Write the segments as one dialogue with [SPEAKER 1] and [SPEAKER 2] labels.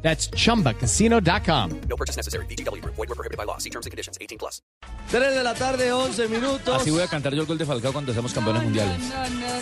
[SPEAKER 1] That's chumbacasino.com.
[SPEAKER 2] No purchase necessary. BGW. Void were prohibited by law. See terms and conditions. 18 plus.
[SPEAKER 3] 3 de la tarde, 11 minutos.
[SPEAKER 4] Así voy a cantar yo el gol de Falcao cuando seamos campeones mundiales.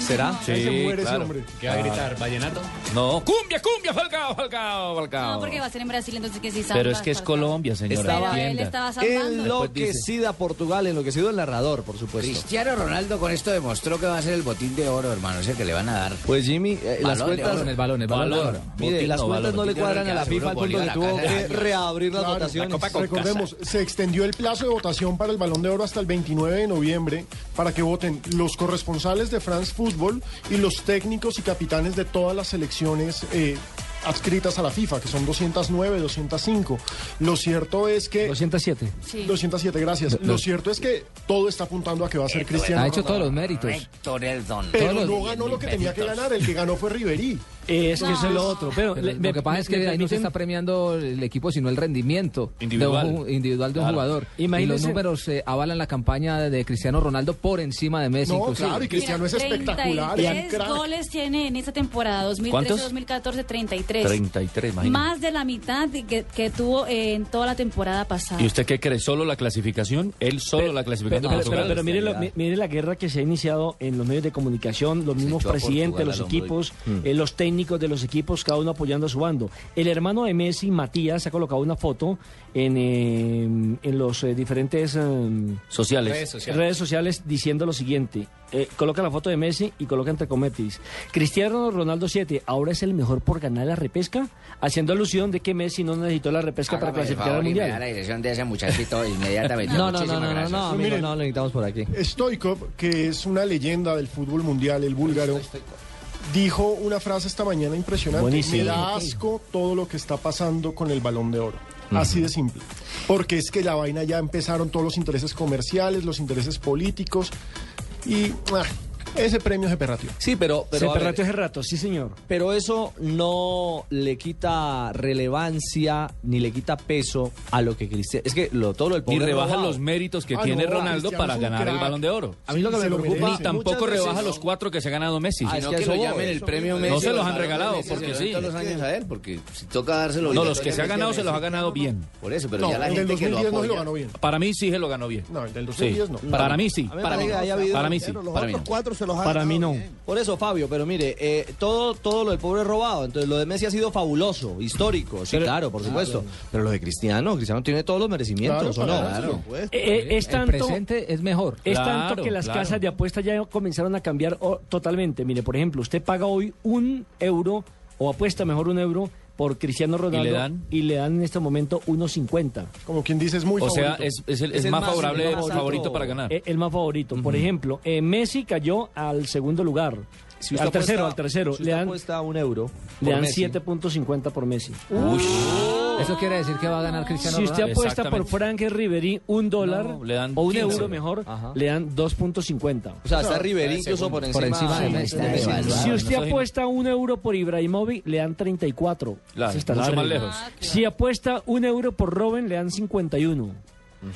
[SPEAKER 4] ¿Será? Sí,
[SPEAKER 3] se muere ese hombre.
[SPEAKER 4] ¿Qué va a gritar? ¿Vallenato? No, cumbia, cumbia, Falcao, Falcao, Falcao.
[SPEAKER 5] No, porque va a ser en Brasil, entonces que sí salva,
[SPEAKER 4] Pero es que es
[SPEAKER 5] salva.
[SPEAKER 4] Colombia, señora.
[SPEAKER 5] Pero él
[SPEAKER 4] entienda.
[SPEAKER 5] estaba salvando.
[SPEAKER 3] Enloquecida Portugal, enloquecido el narrador, por supuesto.
[SPEAKER 6] Cristiano Ronaldo con esto demostró que va a ser el botín de oro, hermano. Ese que le van a dar.
[SPEAKER 3] Pues Jimmy, eh, las
[SPEAKER 6] Balón de
[SPEAKER 3] cuentas,
[SPEAKER 6] oro, el
[SPEAKER 4] balón, el balón de oro.
[SPEAKER 3] mire,
[SPEAKER 4] Botín,
[SPEAKER 3] las
[SPEAKER 4] no,
[SPEAKER 3] cuentas
[SPEAKER 4] balón.
[SPEAKER 3] no le cuadran a la
[SPEAKER 6] Seguro
[SPEAKER 3] FIFA al punto que
[SPEAKER 6] Bolívar
[SPEAKER 3] tuvo
[SPEAKER 6] acá,
[SPEAKER 3] que
[SPEAKER 6] acá.
[SPEAKER 3] reabrir las
[SPEAKER 7] Claro,
[SPEAKER 3] votaciones.
[SPEAKER 6] la Copa con
[SPEAKER 7] Recordemos, se extendió el plazo de votación para el Balón de Oro hasta el 29 de noviembre para que voten los corresponsales de France Football y los técnicos y capitanes de todas las selecciones eh, adscritas a la FIFA, que son 209, 205. Lo cierto es que...
[SPEAKER 4] 207.
[SPEAKER 5] Sí.
[SPEAKER 7] 207, gracias. Lo cierto es que todo está apuntando a que va a ser Cristiano Ronaldo.
[SPEAKER 4] méritos.
[SPEAKER 6] Héctor el don.
[SPEAKER 7] Pero no ganó lo que tenía que ganar, el que ganó fue Riverí.
[SPEAKER 8] Es que eso es lo otro. Pero, le-
[SPEAKER 9] Lo
[SPEAKER 8] me-
[SPEAKER 9] que pasa es
[SPEAKER 8] me
[SPEAKER 9] que ahí no se
[SPEAKER 8] permiten-
[SPEAKER 9] está premiando el equipo, sino el rendimiento de un
[SPEAKER 4] Individual.
[SPEAKER 9] ju- individual de un jugador. Y los
[SPEAKER 8] Imagínese-
[SPEAKER 9] números eh, avalan la campaña de Cristiano Ronaldo por encima de Messi,
[SPEAKER 7] No,
[SPEAKER 9] inclusive.
[SPEAKER 7] claro, y Cristiano es
[SPEAKER 5] Mira,
[SPEAKER 7] espectacular, es un
[SPEAKER 5] 33
[SPEAKER 7] crack.
[SPEAKER 5] goles tiene en esta temporada,
[SPEAKER 4] ¿Cuántos?
[SPEAKER 5] 2013-2014, 33.
[SPEAKER 4] 33, imagínate.
[SPEAKER 5] Más de la mitad de que, que tuvo eh, en toda la temporada pasada.
[SPEAKER 4] ¿Y usted qué cree? ¿Solo la clasificación? ¿Él solo la clasificación
[SPEAKER 8] Pero,
[SPEAKER 4] de
[SPEAKER 8] pero-
[SPEAKER 4] Portugal.
[SPEAKER 8] pero- pero mire, lo- mi- mire la guerra que se ha iniciado en los medios de comunicación, los mismos
[SPEAKER 6] echó a
[SPEAKER 8] presidentes,
[SPEAKER 6] Portugal
[SPEAKER 8] los
[SPEAKER 6] al hombro Mm.
[SPEAKER 8] equipos, eh, los técnicos de los equipos, cada uno apoyando a su bando. El hermano de Messi, Matías, ha colocado una foto en, eh, en los eh, diferentes eh,
[SPEAKER 4] Sociales.
[SPEAKER 8] redes sociales diciendo lo siguiente. eh, coloca la foto de Messi y coloca entre cometis. Cristiano Ronaldo 7, ahora es el mejor por ganar la repesca, haciendo alusión de que Messi no necesitó la repesca para
[SPEAKER 6] Hágame el
[SPEAKER 8] clasificar al
[SPEAKER 6] favor y me da
[SPEAKER 8] Mundial.
[SPEAKER 6] la dirección de ese muchachito inmediatamente.
[SPEAKER 9] No, no, no,
[SPEAKER 6] Muchísimas
[SPEAKER 9] no, no,
[SPEAKER 6] gracias.
[SPEAKER 9] no, amigo,
[SPEAKER 7] Miren.
[SPEAKER 9] no lo necesitamos por aquí.
[SPEAKER 8] Eh,
[SPEAKER 7] Stoikov, que es una leyenda del fútbol mundial, el búlgaro, dijo una frase esta mañana impresionante.
[SPEAKER 8] Buenísimo.
[SPEAKER 7] Me da asco todo lo que está pasando con el balón de oro. Así de simple. Porque es que la vaina ya empezaron todos los intereses comerciales, los intereses políticos y ah, ese premio se perratió.
[SPEAKER 3] Sí, pero,
[SPEAKER 8] Se
[SPEAKER 3] pero, a ver,
[SPEAKER 8] perrateó hace rato, sí señor.
[SPEAKER 3] pero eso no le quita relevancia ni le quita peso a lo que Cristiano. Es que lo, todo lo del
[SPEAKER 4] Ni
[SPEAKER 3] pobre
[SPEAKER 4] rebaja
[SPEAKER 3] robado.
[SPEAKER 4] los méritos que
[SPEAKER 7] Ah,
[SPEAKER 4] tiene
[SPEAKER 7] no,
[SPEAKER 4] Ronaldo
[SPEAKER 7] Cristiano
[SPEAKER 4] para
[SPEAKER 7] es un
[SPEAKER 4] ganar el
[SPEAKER 7] crack.
[SPEAKER 4] Balón de Oro.
[SPEAKER 7] A mí lo que me preocupa-
[SPEAKER 4] Ni tampoco
[SPEAKER 7] Muchas veces
[SPEAKER 4] rebaja
[SPEAKER 7] no.
[SPEAKER 4] los cuatro que se ha ganado Messi.
[SPEAKER 3] Ah,
[SPEAKER 6] Sino
[SPEAKER 3] es que
[SPEAKER 6] que,
[SPEAKER 3] eso
[SPEAKER 6] lo
[SPEAKER 3] voy.
[SPEAKER 6] llamen el premio
[SPEAKER 4] No
[SPEAKER 6] Messi,
[SPEAKER 4] se los han
[SPEAKER 6] Balón
[SPEAKER 4] regalado,
[SPEAKER 6] Messi, se
[SPEAKER 4] porque
[SPEAKER 6] lo
[SPEAKER 4] sí.
[SPEAKER 6] dan todos los años a él, porque si toca dárselo.
[SPEAKER 4] No, los que se ha
[SPEAKER 6] obligatoriamente,
[SPEAKER 4] ganado se los ha
[SPEAKER 6] Messi.
[SPEAKER 4] ganado bien.
[SPEAKER 6] Por eso, pero
[SPEAKER 7] No,
[SPEAKER 6] ya la
[SPEAKER 7] el del
[SPEAKER 6] gente que lo
[SPEAKER 7] 2010 no se lo ganó
[SPEAKER 6] apoya.
[SPEAKER 7] bien.
[SPEAKER 4] Para mí sí se lo ganó bien.
[SPEAKER 7] No, el del
[SPEAKER 4] Sí.
[SPEAKER 7] 2010 no.
[SPEAKER 4] Para mí sí.
[SPEAKER 3] A mí me
[SPEAKER 4] Para mí,
[SPEAKER 3] parece que haya habido-
[SPEAKER 4] para mí sí.
[SPEAKER 6] Para mí no.
[SPEAKER 8] Para mí no.
[SPEAKER 3] Por eso, Fabio, pero mire, eh, todo, todo lo del pobre es robado. Entonces, lo de Messi ha sido fabuloso, histórico, sí, claro, por
[SPEAKER 8] Ah,
[SPEAKER 3] supuesto. Pero lo de Cristiano, Cristiano tiene todos los merecimientos,
[SPEAKER 7] Claro,
[SPEAKER 3] ¿o no?
[SPEAKER 7] claro.
[SPEAKER 8] Eh, es
[SPEAKER 9] El
[SPEAKER 8] tanto,
[SPEAKER 9] presente es mejor.
[SPEAKER 8] es
[SPEAKER 4] Claro,
[SPEAKER 8] tanto que las
[SPEAKER 4] claro.
[SPEAKER 8] casas de apuestas ya comenzaron a cambiar o- totalmente. Mire, por ejemplo, usted paga hoy un euro o apuesta mejor un euro por Cristiano Ronaldo
[SPEAKER 4] le dan?
[SPEAKER 8] y le dan en este momento 1.50.
[SPEAKER 7] Como quien dice, es muy
[SPEAKER 4] O sea,
[SPEAKER 7] favorito.
[SPEAKER 4] es, es el,
[SPEAKER 3] Es
[SPEAKER 4] es
[SPEAKER 3] el
[SPEAKER 4] más
[SPEAKER 3] más-
[SPEAKER 4] favorable,
[SPEAKER 3] más alto.
[SPEAKER 4] favorito para ganar.
[SPEAKER 8] Eh, el más favorito. Por ejemplo, eh, Messi cayó al segundo lugar.
[SPEAKER 3] Si usted
[SPEAKER 8] al tercero,
[SPEAKER 3] apuesta-
[SPEAKER 8] al tercero.
[SPEAKER 3] Si
[SPEAKER 8] le
[SPEAKER 3] usted
[SPEAKER 8] dan,
[SPEAKER 3] apuesta un euro.
[SPEAKER 8] le
[SPEAKER 3] por
[SPEAKER 8] dan
[SPEAKER 3] Messi,
[SPEAKER 8] 7.50 por Messi.
[SPEAKER 9] Eso quiere decir que va a ganar Cristiano
[SPEAKER 8] Si usted
[SPEAKER 9] Ronaldo.
[SPEAKER 8] apuesta por
[SPEAKER 4] Exactamente.
[SPEAKER 8] Frank Ribery un dólar
[SPEAKER 4] No, le dan
[SPEAKER 8] o un
[SPEAKER 4] 15.
[SPEAKER 8] euro mejor,
[SPEAKER 3] Ajá.
[SPEAKER 8] le dan 2.50.
[SPEAKER 3] O sea, está Ribery incluso por encima,
[SPEAKER 9] Por encima de
[SPEAKER 3] de
[SPEAKER 9] Messi.
[SPEAKER 6] Sí,
[SPEAKER 3] Messi.
[SPEAKER 6] sí, sí.
[SPEAKER 8] Si
[SPEAKER 4] Claro,
[SPEAKER 8] usted
[SPEAKER 4] no soy-
[SPEAKER 8] apuesta un euro por Ibrahimovic, le dan 34.
[SPEAKER 4] Claro,
[SPEAKER 8] Ese está
[SPEAKER 4] mucho
[SPEAKER 8] largo.
[SPEAKER 4] más lejos. Ah,
[SPEAKER 8] Si apuesta un euro por Robin, le dan 51.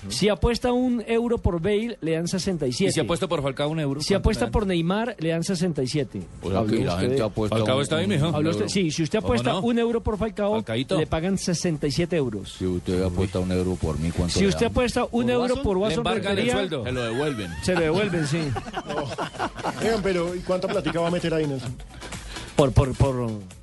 [SPEAKER 8] Si apuesta un euro por Bale, le dan 67.
[SPEAKER 4] Y si apuesta por Falcao un euro.
[SPEAKER 8] Si
[SPEAKER 4] ¿cuánto
[SPEAKER 8] apuesta
[SPEAKER 4] le dan?
[SPEAKER 8] por Neymar, le dan 67.
[SPEAKER 6] Pues aquí la gente apuesta
[SPEAKER 4] Falcao
[SPEAKER 6] un-
[SPEAKER 4] está ahí,
[SPEAKER 6] un-
[SPEAKER 4] mijo.
[SPEAKER 6] un
[SPEAKER 8] Habló usted-
[SPEAKER 6] euro.
[SPEAKER 8] sí, si usted
[SPEAKER 4] ¿Cómo
[SPEAKER 8] apuesta
[SPEAKER 4] no?
[SPEAKER 8] un euro por Falcao,
[SPEAKER 4] Falcaíto.
[SPEAKER 8] le pagan 67 euros.
[SPEAKER 6] Si usted apuesta un euro por mí, ¿cuánto
[SPEAKER 4] Pues
[SPEAKER 8] Si
[SPEAKER 6] le
[SPEAKER 8] usted
[SPEAKER 6] dan?
[SPEAKER 8] apuesta un
[SPEAKER 3] ¿Por
[SPEAKER 8] euro
[SPEAKER 3] Watson?
[SPEAKER 8] por
[SPEAKER 4] Le
[SPEAKER 8] Watson
[SPEAKER 4] embargan el
[SPEAKER 8] Rentería,
[SPEAKER 4] sueldo.
[SPEAKER 6] Se lo devuelven.
[SPEAKER 8] se lo devuelven, sí.
[SPEAKER 7] Oigan, pero ¿y cuánta platica va a meter ahí, Nelson?
[SPEAKER 8] Por, por, por...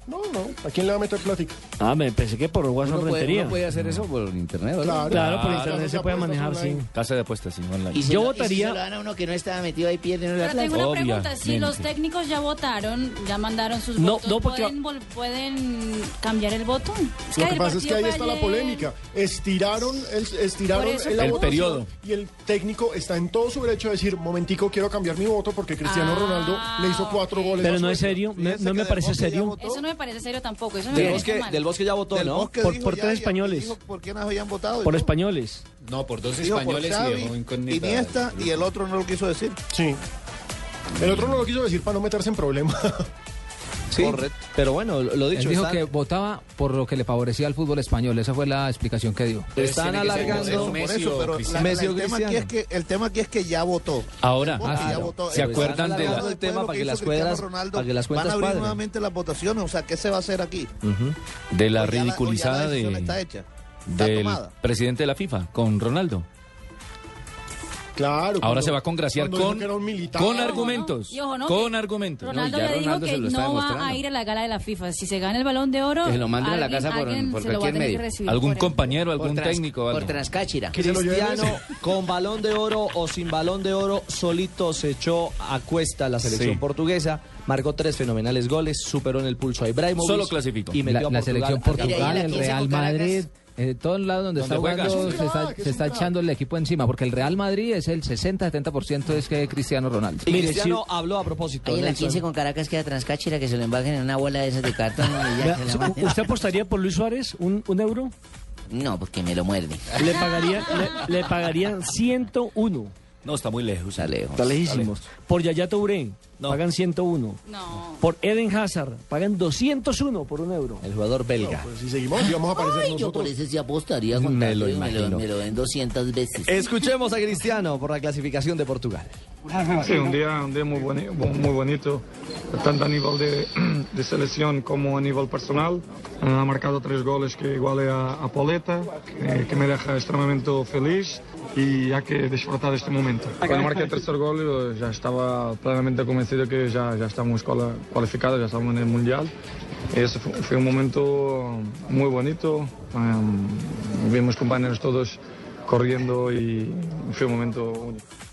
[SPEAKER 7] No, no. ¿A quién le va a meter platica?
[SPEAKER 8] Ah, me pensé que por Watson
[SPEAKER 6] Uno puede,
[SPEAKER 8] Rentería.
[SPEAKER 6] uno puede hacer eso por internet, ¿verdad?
[SPEAKER 8] Claro, por
[SPEAKER 4] Claro,
[SPEAKER 8] internet se
[SPEAKER 7] esas
[SPEAKER 8] puede
[SPEAKER 7] apuestas
[SPEAKER 8] manejar, sí.
[SPEAKER 7] online.
[SPEAKER 4] Casa de apuestas, sí, online.
[SPEAKER 8] Yo votaría...
[SPEAKER 6] a uno que no estaba metido ahí pierde
[SPEAKER 5] Pero tengo una pregunta, si
[SPEAKER 4] Obviamente.
[SPEAKER 5] los técnicos ya votaron, ya mandaron sus
[SPEAKER 8] No,
[SPEAKER 5] votos,
[SPEAKER 8] no, porque-
[SPEAKER 5] ¿pueden, vol- pueden cambiar el voto?
[SPEAKER 7] Lo
[SPEAKER 5] el
[SPEAKER 7] que pasa es que
[SPEAKER 5] partido
[SPEAKER 7] ahí
[SPEAKER 5] fue
[SPEAKER 7] está la
[SPEAKER 5] ayer.
[SPEAKER 7] polémica. Estiraron el, estiraron
[SPEAKER 5] Por eso
[SPEAKER 7] el
[SPEAKER 5] te
[SPEAKER 7] votación
[SPEAKER 4] periodo.
[SPEAKER 7] Y el técnico está en todo su derecho de decir, momentico, quiero cambiar mi voto porque Cristiano
[SPEAKER 5] Ah,
[SPEAKER 7] Ronaldo le hizo cuatro
[SPEAKER 5] ok.
[SPEAKER 7] goles.
[SPEAKER 8] Pero
[SPEAKER 7] a
[SPEAKER 8] no es
[SPEAKER 7] Suecia.
[SPEAKER 8] serio, no, no me parece serio.
[SPEAKER 5] Eso no me parece serio tampoco, eso me
[SPEAKER 3] Del
[SPEAKER 5] parece
[SPEAKER 3] bosque,
[SPEAKER 5] mal.
[SPEAKER 3] del bosque ya votó, ¿no?
[SPEAKER 8] Por, por tres españoles.
[SPEAKER 10] ¿Por quién habían votado?
[SPEAKER 8] Por españoles.
[SPEAKER 11] No, por dos
[SPEAKER 12] Dijo por
[SPEAKER 11] españoles y dejó
[SPEAKER 12] Xavi,
[SPEAKER 11] incógnita.
[SPEAKER 12] Iniesta y el otro no lo quiso decir.
[SPEAKER 7] Sí. El otro no lo quiso decir para no meterse en problemas.
[SPEAKER 3] Sí, Pero bueno, lo lo dicho,
[SPEAKER 9] Él dijo
[SPEAKER 3] están-
[SPEAKER 9] que votaba por lo que le favorecía al fútbol español. Esa fue la explicación que dio.
[SPEAKER 11] Entonces,
[SPEAKER 3] están
[SPEAKER 11] tiene que ser
[SPEAKER 3] alargando-
[SPEAKER 11] por
[SPEAKER 12] Por
[SPEAKER 11] Messi
[SPEAKER 12] eso,
[SPEAKER 11] o
[SPEAKER 12] pero la-
[SPEAKER 11] Cristiano.
[SPEAKER 12] la-
[SPEAKER 3] Messi o
[SPEAKER 12] el, tema aquí es
[SPEAKER 3] Cristiano.
[SPEAKER 12] que, el tema aquí es que ya votó.
[SPEAKER 11] Ahora,
[SPEAKER 12] Porque
[SPEAKER 8] ah,
[SPEAKER 12] ya votó.
[SPEAKER 11] ¿se
[SPEAKER 12] Pero
[SPEAKER 11] acuerdan
[SPEAKER 12] están
[SPEAKER 11] de la-
[SPEAKER 12] hablando del
[SPEAKER 3] tema
[SPEAKER 12] tema
[SPEAKER 3] para
[SPEAKER 12] que
[SPEAKER 3] que
[SPEAKER 12] hizo
[SPEAKER 3] las
[SPEAKER 12] Cristiano
[SPEAKER 3] cuadras-
[SPEAKER 12] Ronaldo?
[SPEAKER 3] para que
[SPEAKER 12] Van
[SPEAKER 3] las
[SPEAKER 12] a
[SPEAKER 3] cuentas
[SPEAKER 12] abrir
[SPEAKER 3] cuadren.
[SPEAKER 12] nuevamente las votaciones. O sea, ¿qué se va a hacer aquí?
[SPEAKER 8] Mm.
[SPEAKER 13] De la
[SPEAKER 12] O ya o ya
[SPEAKER 13] ridiculizada
[SPEAKER 12] la decisión
[SPEAKER 13] de-
[SPEAKER 12] está hecha. Está
[SPEAKER 13] del
[SPEAKER 12] tomada.
[SPEAKER 13] presidente de la FIFA con Ronaldo.
[SPEAKER 7] Claro.
[SPEAKER 13] Ahora
[SPEAKER 7] cuando-
[SPEAKER 13] se va a congraciar
[SPEAKER 7] cuando dijo
[SPEAKER 13] con-
[SPEAKER 7] que era un militar.
[SPEAKER 13] Con
[SPEAKER 5] ojo,
[SPEAKER 13] argumentos.
[SPEAKER 5] y ojo, no,
[SPEAKER 13] Con
[SPEAKER 5] que
[SPEAKER 13] argumentos.
[SPEAKER 5] Ronaldo
[SPEAKER 14] No, ya
[SPEAKER 5] ya dijo
[SPEAKER 14] Ronaldo se
[SPEAKER 5] que
[SPEAKER 14] lo está
[SPEAKER 5] no va
[SPEAKER 14] demostrando.
[SPEAKER 5] a ir a la gala de la FIFA. Si se gana el balón de oro,
[SPEAKER 14] Que se lo manden a la casa por-
[SPEAKER 5] alguien
[SPEAKER 14] por
[SPEAKER 5] se lo va a
[SPEAKER 14] cualquier
[SPEAKER 5] tener que
[SPEAKER 14] medio.
[SPEAKER 5] recibir
[SPEAKER 13] Algún
[SPEAKER 5] por él.
[SPEAKER 13] compañero, algún
[SPEAKER 14] Por trans-
[SPEAKER 13] técnico. algo.
[SPEAKER 14] Por Transcáchira.
[SPEAKER 7] Que se lo lleve
[SPEAKER 3] Cristiano
[SPEAKER 7] Messi.
[SPEAKER 3] con balón de oro o sin balón de oro, solito se echó a cuesta la selección
[SPEAKER 13] Sí.
[SPEAKER 3] portuguesa, marcó tres fenomenales goles, superó en el pulso a Ibrahimovic
[SPEAKER 13] Solo clasificó.
[SPEAKER 3] y
[SPEAKER 9] La,
[SPEAKER 3] metió a
[SPEAKER 9] la
[SPEAKER 3] Portugal
[SPEAKER 9] selección
[SPEAKER 3] al
[SPEAKER 9] Portugal,
[SPEAKER 14] la
[SPEAKER 9] el
[SPEAKER 14] 15 con
[SPEAKER 9] Real
[SPEAKER 14] Caracas.
[SPEAKER 9] Madrid, en todos lados donde está
[SPEAKER 13] juega,
[SPEAKER 9] jugando,
[SPEAKER 13] es
[SPEAKER 9] se está, se está echando el equipo encima, porque el Real Madrid es el 60-70% es que Cristiano Ronaldo.
[SPEAKER 3] Y Cristiano habló a propósito.
[SPEAKER 14] Ahí en la
[SPEAKER 3] Nelson.
[SPEAKER 14] 15 con Caracas queda Transcáchira que se lo embarquen en una bola de esas de cartón. y ya
[SPEAKER 8] Vea,
[SPEAKER 14] se la manden.
[SPEAKER 8] ¿Usted apostaría por Luis Suárez un, un euro?
[SPEAKER 14] No, porque me lo muerde.
[SPEAKER 8] Le pagarían, le, le pagarían 101.
[SPEAKER 13] No, está muy lejos.
[SPEAKER 14] Está lejos.
[SPEAKER 8] lejísimos. Por Yaya Touré,
[SPEAKER 13] No.
[SPEAKER 8] pagan 101.
[SPEAKER 5] No.
[SPEAKER 8] Por Eden Hazard, pagan 201 por un euro.
[SPEAKER 3] El jugador belga.
[SPEAKER 7] Pues si seguimos, íbamos a aparecer
[SPEAKER 14] Ay, yo
[SPEAKER 7] nosotros.
[SPEAKER 14] por eso sí apostaría con
[SPEAKER 3] Me lo
[SPEAKER 14] tanto y me
[SPEAKER 3] imagino.
[SPEAKER 14] lo, me lo ven 200 veces.
[SPEAKER 3] Escuchemos a Cristiano por la clasificación de Portugal.
[SPEAKER 4] Sí, un día, un día muy, boni- muy bonito, tanto a nivel de, de selección como a nivel personal. Eh, Ha marcado tres goles que iguale a, a Pauleta, que, que me deja extremadamente feliz y hay que disfrutar de este momento. Cuando marqué el tercer gol yo ya estaba plenamente convencido que ya, ya estamos cual- cualificados, ya estamos en el Mundial. Ese fue, fue un momento muy bonito. em, vimos compañeros todos corriendo y fue un momento único.